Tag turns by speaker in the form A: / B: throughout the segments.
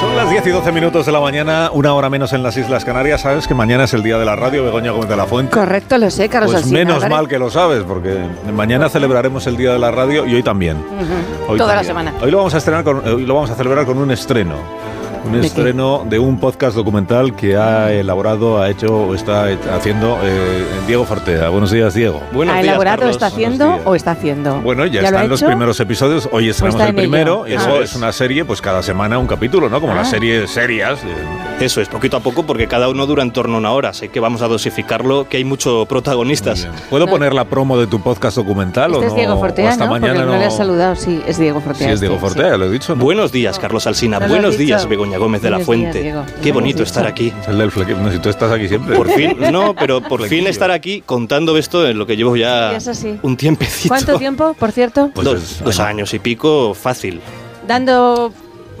A: Son las 10 y 12 minutos de la mañana, una hora menos en las Islas Canarias. Sabes que mañana es el día de la radio, Begoña Gómez de la Fuente.
B: Correcto, lo sé, Carlos
A: Pues
B: Alsina,
A: menos
B: ¿vale?
A: mal que lo sabes, porque mañana celebraremos el día de la radio y hoy también.
B: Ujú.
A: Hoy
B: Mm, Toda la
A: también.
B: semana.
A: Hoy lo vamos a estrenar con- eh, hoy lo vamos a celebrar con un estreno. Un
B: ¿De qué?
A: estreno de un podcast documental que ha elaborado, ha hecho o está haciendo eh, Diego Fortea. Buenos días, Diego.
B: ¿Ha elaborado, está haciendo
A: días.
B: o está haciendo?
A: Bueno, ya,
B: lo ha
A: están los
B: hecho? Pues
A: primeros episodios. Hoy estrenamos el
B: está en ello.
A: primero. Y
B: Ah.
A: luego es una serie, pues cada semana un capítulo, ¿no? Como
B: Ah.
A: las series serias. eh,
C: Eso es, poquito a poco, porque cada uno dura en torno a una hora, así que vamos a dosificarlo, que hay muchos protagonistas.
A: ¿Puedo poner la promo de tu podcast documental
B: Este
A: o no?
B: es Diego
A: O
B: Fortea,
A: hasta
B: ¿no? Porque
A: mañana
B: no le has saludado, sí, es Diego
A: Sí,
B: Fortea.
A: es Diego
B: este, sí.
A: Fortea, lo he dicho. ¿no?
C: Buenos días, Carlos Alsina.
B: No lo has
C: Buenos
B: dicho.
C: días, Begoña Gómez de la
B: Buenos días,
C: Fuente.
B: Diego.
C: Qué
B: No lo has
C: bonito
B: dicho.
C: estar aquí.
A: Es el del flequillo. No, si tú estás aquí siempre.
C: Por fin, no, pero por fin
A: Flequillo.
C: estar aquí contando esto en lo que llevo
B: Sí,
C: ya
B: eso sí.
C: un tiempecito.
B: ¿Cuánto tiempo, por cierto?
A: Pues
C: dos,
A: es-
C: dos años y pico, fácil.
B: Dando...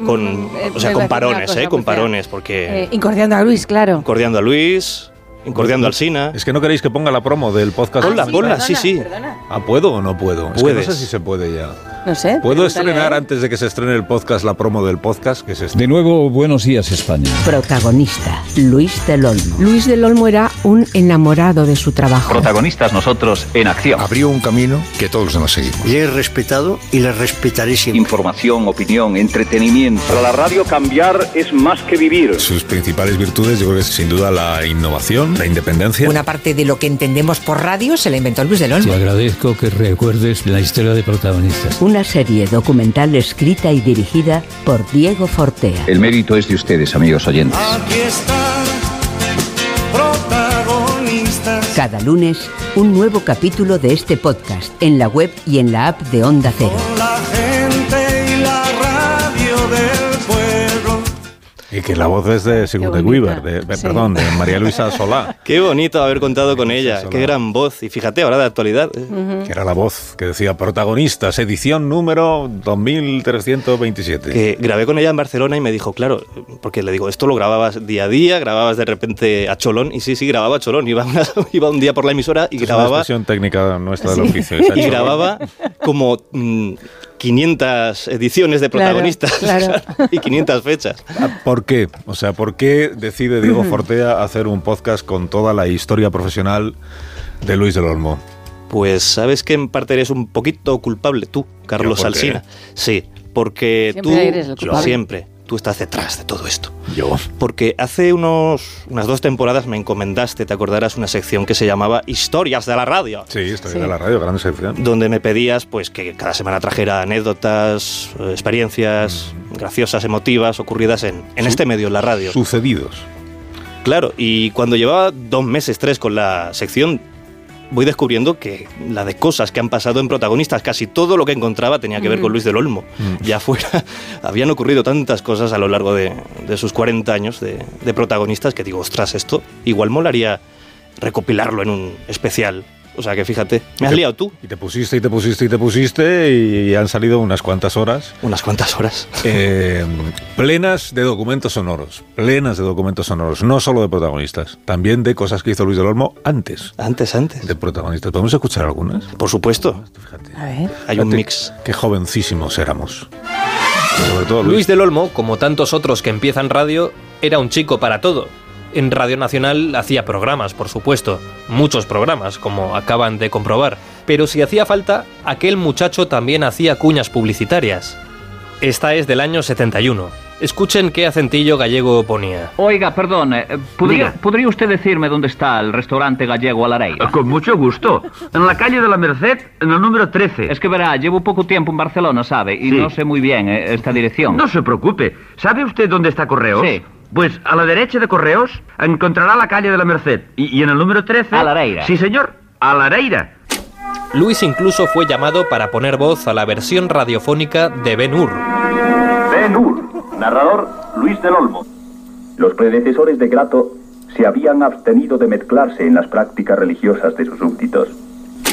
C: Con,
B: mm, eh,
C: o sea,
B: me va a
C: con
B: decir una
C: parones,
B: cosa,
C: ¿eh? Con
B: Fortea.
C: parones, porque
B: Eh, incordiando a Luis, claro.
C: incordiando a Luis, incordiando a Alsina.
A: Es que no queréis que ponga la promo del podcast.
C: Ponla,
B: Ah,
C: ponla,
B: perdona,
C: sí, sí.
B: perdona.
A: Ah, ¿puedo o no puedo? Es que
C: Puedes.
A: no sé si se puede ya.
B: No sé.
A: ¿Puedo
B: pregúntale
A: estrenar
B: a él.
A: antes de que se estrene el podcast la promo del podcast? Que se estrene?
D: De nuevo, buenos días España.
E: Protagonista, Luis del Olmo.
F: Luis del Olmo era un enamorado de su trabajo.
G: Protagonistas nosotros en acción.
H: abrió un camino que todos nos seguimos.
I: Le he respetado y le respetaré siempre.
G: Información, opinión, entretenimiento. Para la radio cambiar es más que vivir.
A: Sus principales virtudes, yo creo que es sin duda la innovación, la independencia.
E: Una parte de lo que entendemos por radio se la inventó Luis del Olmo.
D: Te agradezco que recuerdes la historia de protagonistas.
J: Una serie documental escrita y dirigida por Diego Fortea.
G: El mérito es de ustedes, amigos oyentes.
J: Cada lunes, un nuevo capítulo de este podcast en la web y en la app de Onda Cero.
A: Y que la voz es de Sigurd
B: Qué bonita.
A: Weaver, de, de-
B: Sí.
A: perdón, de María Luisa Solá,
C: Qué bonito haber contado con ella,
A: Solá.
C: qué gran voz. Y fíjate, ahora de actualidad. eh.
A: que era la voz que decía protagonistas, edición número 2327.
C: que grabé con ella en Barcelona y me dijo, claro, porque le digo, esto lo grababas día a día, grababas de repente a Cholón, y sí, sí, grababa a Cholón, iba, una- iba un día por la emisora
A: Esto
C: y
A: es una
C: grababa,
A: expresión técnica nuestra del
B: Sí.
A: oficio. Está
C: y
A: hecho-
C: grababa como mm, 500 ediciones de
B: Claro,
C: protagonistas
B: claro.
C: y 500 fechas.
A: Ah, ¿Por qué? O sea, ¿por qué decide Diego Fortea hacer un podcast con toda la historia profesional de Luis del Olmo?
C: Pues sabes que en parte eres un poquito culpable tú, Carlos
A: ¿Yo por qué?
C: Alsina. Sí, porque
B: Siempre
C: tú
B: eres el culpable.
C: siempre, tú estás detrás de todo esto.
A: Yo.
C: Porque hace unos, unas dos temporadas me encomendaste, te acordarás, una sección que se llamaba Historias de la Radio.
A: Sí, estoy
B: Sí.
A: en la radio, gran sección.
C: donde me pedías pues que cada semana trajera anécdotas, eh, experiencias
A: Mm.
C: graciosas, emotivas, ocurridas en, en este medio, en la radio.
A: Sucedidos.
C: Claro, y cuando llevaba dos meses, tres con la sección, voy descubriendo que la de cosas que han pasado en protagonistas, casi todo lo que encontraba tenía que ver con Luis del Olmo.
A: Mm.
C: Ya fuera, habían ocurrido tantas cosas a lo largo de, de sus 40 años de, de protagonistas que digo, ostras, esto igual molaría recopilarlo en un especial. O sea que fíjate, me has liado tú
A: Y te pusiste, y te pusiste, y te pusiste, y han salido unas cuantas horas.
C: unas cuantas horas.
A: Eh, plenas de documentos sonoros, plenas de documentos sonoros, no solo de protagonistas, también de cosas que hizo Luis del Olmo antes
C: Antes, antes.
A: de protagonistas. ¿Podemos escuchar algunas?
C: Por supuesto,
A: Fíjate.
B: A ver.
C: hay un
A: Fíjate
C: mix.
A: Qué jovencísimos éramos. Sobre todo Luis.
K: Luis del Olmo, como tantos otros que empiezan radio, era un chico para todo. En Radio Nacional hacía programas, por supuesto, muchos programas, como acaban de comprobar, pero si hacía falta, aquel muchacho también hacía cuñas publicitarias. Esta es del año 71. Escuchen qué acentillo gallego ponía.
G: Oiga, perdón, eh, ¿podría,
K: Diga.
G: ¿podría usted decirme dónde está el restaurante gallego Alarey?
K: Ah, Con mucho gusto. En la calle de la Merced, en el número 13.
G: Es que verá, llevo poco tiempo en Barcelona, ¿sabe? Y
K: Sí.
G: no sé muy bien eh, esta dirección.
K: No se preocupe. ¿Sabe usted dónde está Correos?
G: Sí.
K: Pues a la derecha de Correos encontrará la calle de la Merced. Y, y en el número 13...
G: A la Areira.
K: Sí, señor. A la Areira. Luis incluso fue llamado para poner voz a la versión radiofónica de Ben Hur.
G: Ben Hur, narrador Luis del Olmo. Los predecesores de Grato se habían abstenido de mezclarse en las prácticas religiosas de sus súbditos.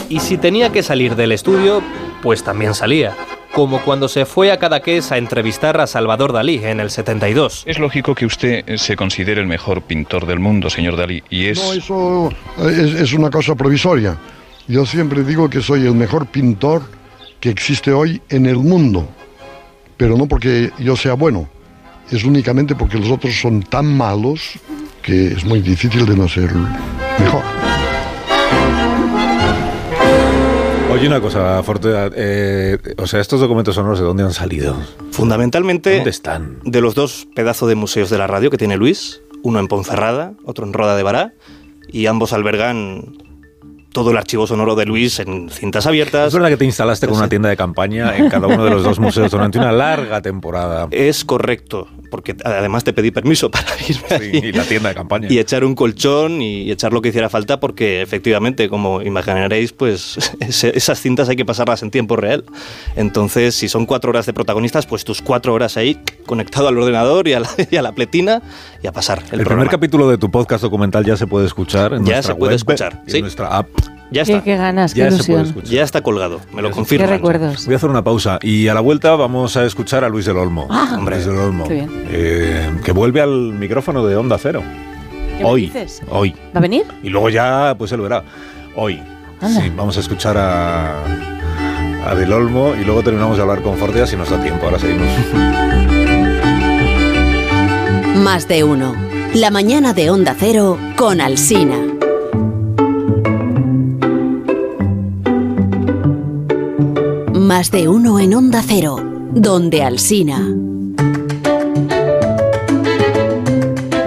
K: Y si tenía que salir del estudio, pues también salía. Como cuando se fue a Cadaqués a entrevistar a Salvador Dalí en el 72.
D: Es lógico que usted eh, se considere el mejor pintor del mundo, señor Dalí, y es...
H: No, eso eh, es, es una cosa provisoria. Yo siempre digo que soy el mejor pintor que existe hoy en el mundo, pero no porque yo sea bueno, es únicamente porque los otros son tan malos que es muy difícil de no ser mejor.
A: Oye, una cosa, Fortuna, eh, o sea, estos documentos sonoros, ¿de dónde han salido?
C: Fundamentalmente
A: ¿Dónde están?
C: de los dos pedazos de museos de la radio que tiene Luis, uno en Ponferrada, otro en Roda de Bará, y ambos albergan todo el archivo sonoro de Luis en cintas
A: Es
C: abiertas.
A: verdad que te instalaste con una tienda de campaña en cada uno de los dos museos durante una larga temporada.
C: Es correcto, porque además te pedí permiso para irme
A: Sí,
C: ahí.
A: y la tienda de campaña.
C: y echar un colchón y echar lo que hiciera falta porque efectivamente como imaginaréis pues ese- esas cintas hay que pasarlas en tiempo real entonces si son cuatro horas de protagonistas pues tus cuatro horas ahí conectado al ordenador y a la, y a la pletina y a pasar el,
A: El, primer
C: programa.
A: capítulo de tu podcast documental ya se puede escuchar en
C: Ya
A: nuestra
C: se puede
A: web
C: escuchar,
A: y en
C: sí.
A: nuestra app.
C: ya
B: Qué,
C: está
B: qué ganas, qué
A: Ya se puede
B: ilusión.
A: escuchar.
C: ya está colgado me lo
B: Qué
C: confirman
B: recuerdos.
A: Voy a hacer una pausa y a la vuelta vamos a escuchar a Luis del Olmo.
C: hombre.
A: Luis del Olmo.
B: Ah, Qué bien.
A: eh, que vuelve al micrófono de Onda Cero.
B: ¿Qué me
A: hoy.
B: dices?
A: Hoy.
B: ¿Va a venir?
A: Y luego ya, pues él verá. Hoy.
B: Anda.
A: Sí, vamos a escuchar a, a Del Olmo y luego terminamos de hablar con Fortea si nos da tiempo. Ahora seguimos.
L: Más de uno. La mañana de Onda Cero con Alsina. Más de uno en Onda Cero, donde Alsina.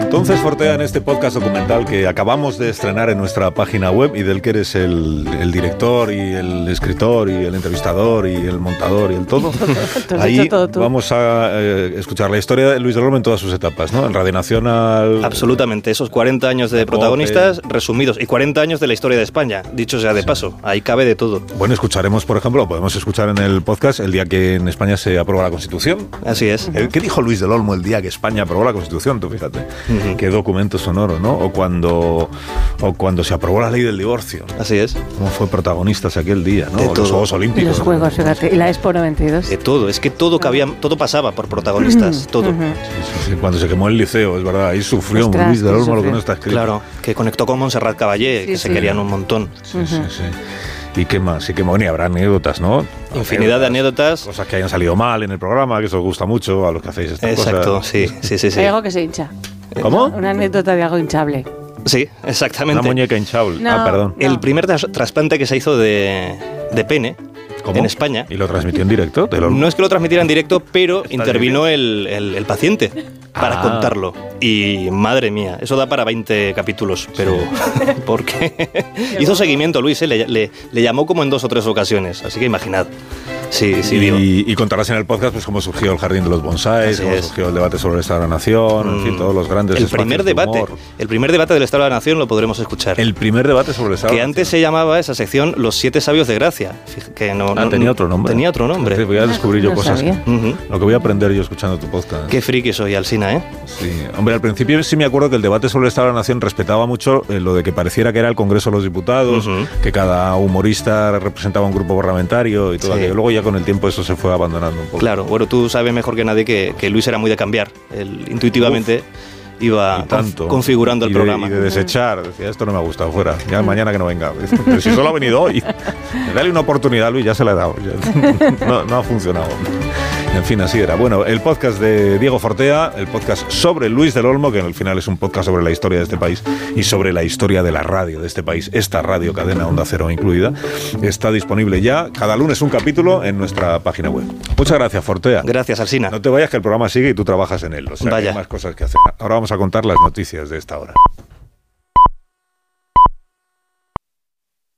A: Entonces, Fortea, en este podcast documental que acabamos de estrenar en nuestra página web y del que eres el, el director y el escritor y el entrevistador y el montador y el todo,
B: Te has
A: ahí
B: hecho todo tú.
A: vamos a eh, escuchar la historia de Luis del Olmo en todas sus etapas, ¿no? En Radio Nacional,
C: absolutamente esos 40 años de
A: eh.
C: protagonistas resumidos y 40 años de la historia de España dicho sea de paso ahí cabe de todo
A: Bueno, escucharemos, por ejemplo, podemos escuchar en el podcast el día que en España se aprueba la Constitución.
C: así es
A: Eh, ¿Qué dijo Luis del Olmo el día que España aprobó la Constitución? Tú fíjate.
C: Ujú.
A: Qué documento sonoro, ¿no? O cuando, o cuando se aprobó la ley del divorcio.
C: así es
A: ¿Cómo fue protagonistas aquel día, no?
C: De
A: Los
C: todo.
A: Juegos
B: Y
A: Olímpicos.
B: los juegos, fíjate. Y la Expo 92.
C: de todo es que todo cabía todo pasaba por protagonistas todo
B: Ujú.
A: Sí, sí, Cuando se quemó el liceo, es verdad. Ahí sufrió
B: Ostras,
A: Luis del
B: sí,
A: Olmo lo que
B: sufrió.
A: no está escrito.
C: Claro, que conectó con Montserrat Caballé,
B: Sí,
C: que se
B: sí.
C: querían un montón.
A: Sí, sí, sí. ¿Y qué más? Y qué más. Bueno, y habrá anécdotas, ¿no?
C: Infinidad de anécdotas.
A: Cosas que hayan salido mal en el programa, que eso os gusta mucho a los que hacéis estas
C: Exacto,
A: cosas.
C: sí, sí, sí, sí.
B: Hay algo que se hincha.
A: ¿Cómo?
B: Una anécdota de algo hinchable.
C: Sí,
A: Una
C: exactamente.
A: muñeca hinchable.
B: No.
A: Ah, perdón.
C: El
B: No.
C: primer tras- trasplante que se hizo de, de pene
A: ¿Cómo?
C: en España.
A: ¿Y lo transmitió en directo? Te lo-
C: No es que lo transmitiera en directo, pero
A: Está
C: intervino el, el- el paciente para
A: Ah.
C: contarlo. Y madre mía, eso da para 20 capítulos, pero porque hizo seguimiento Luis, eh, le, le- le llamó como en dos o tres ocasiones, así que imaginad. Sí, sí, digo.
A: y, y contarás en el podcast pues cómo surgió el jardín de los bonsáis,
C: Así
A: cómo
C: es.
A: surgió el debate sobre el Estado de la Nación, en fin,
C: Mm,
A: todos los grandes
C: el
A: espacios
C: primer
A: de
C: debate
A: humor.
C: el primer debate del Estado de la Nación lo podremos escuchar
A: El primer debate sobre el Estado de
C: que
A: la
C: antes se llamaba esa sección los siete sabios de gracia Fij- que no,
A: Nación. Ah,
C: no-
A: tenía otro nombre. Este
C: tenía otro nombre
A: Fíjate, Voy a descubrir yo
B: Ah, No
A: cosas. que-
B: sabía.
C: Ujú.
A: lo que voy a aprender yo escuchando tu podcast.
C: qué friki soy Alsina eh
A: Sí. Hombre, al principio sí me acuerdo que el debate sobre el Estado de la Nación respetaba mucho eh, lo de que pareciera que era el Congreso de los Diputados,
C: Ujú.
A: que cada humorista representaba un grupo parlamentario y todo
C: Sí.
A: aquello. Luego ya con el tiempo eso se fue abandonando un poco.
C: claro bueno tú sabes mejor que nadie que, que Luis era muy de cambiar él intuitivamente
A: Y
C: iba
A: tanto.
C: conf- configurando
A: Y
C: el
A: de-
C: programa Mm.
A: Y de desechar. Decía, esto no me ha gustado, fuera. Ya mañana que no venga. Este, Pero si solo ha venido hoy. Dale una oportunidad, Luis, ya se la he dado. Ya- No, no ha funcionado. En fin, así era. Bueno, el podcast de Diego Fortea, el podcast sobre Luis del Olmo, que al final es un podcast sobre la historia de este país y sobre la historia de la radio de este país, esta radio cadena Onda Cero incluida, está disponible ya cada lunes un capítulo en nuestra página web. Muchas gracias, Fortea.
C: gracias Alsina
A: No te vayas, que el programa sigue y tú trabajas en él. O sea, que
C: Vaya.
A: hay más cosas que hacer. Ahora vamos a contar las noticias de esta hora.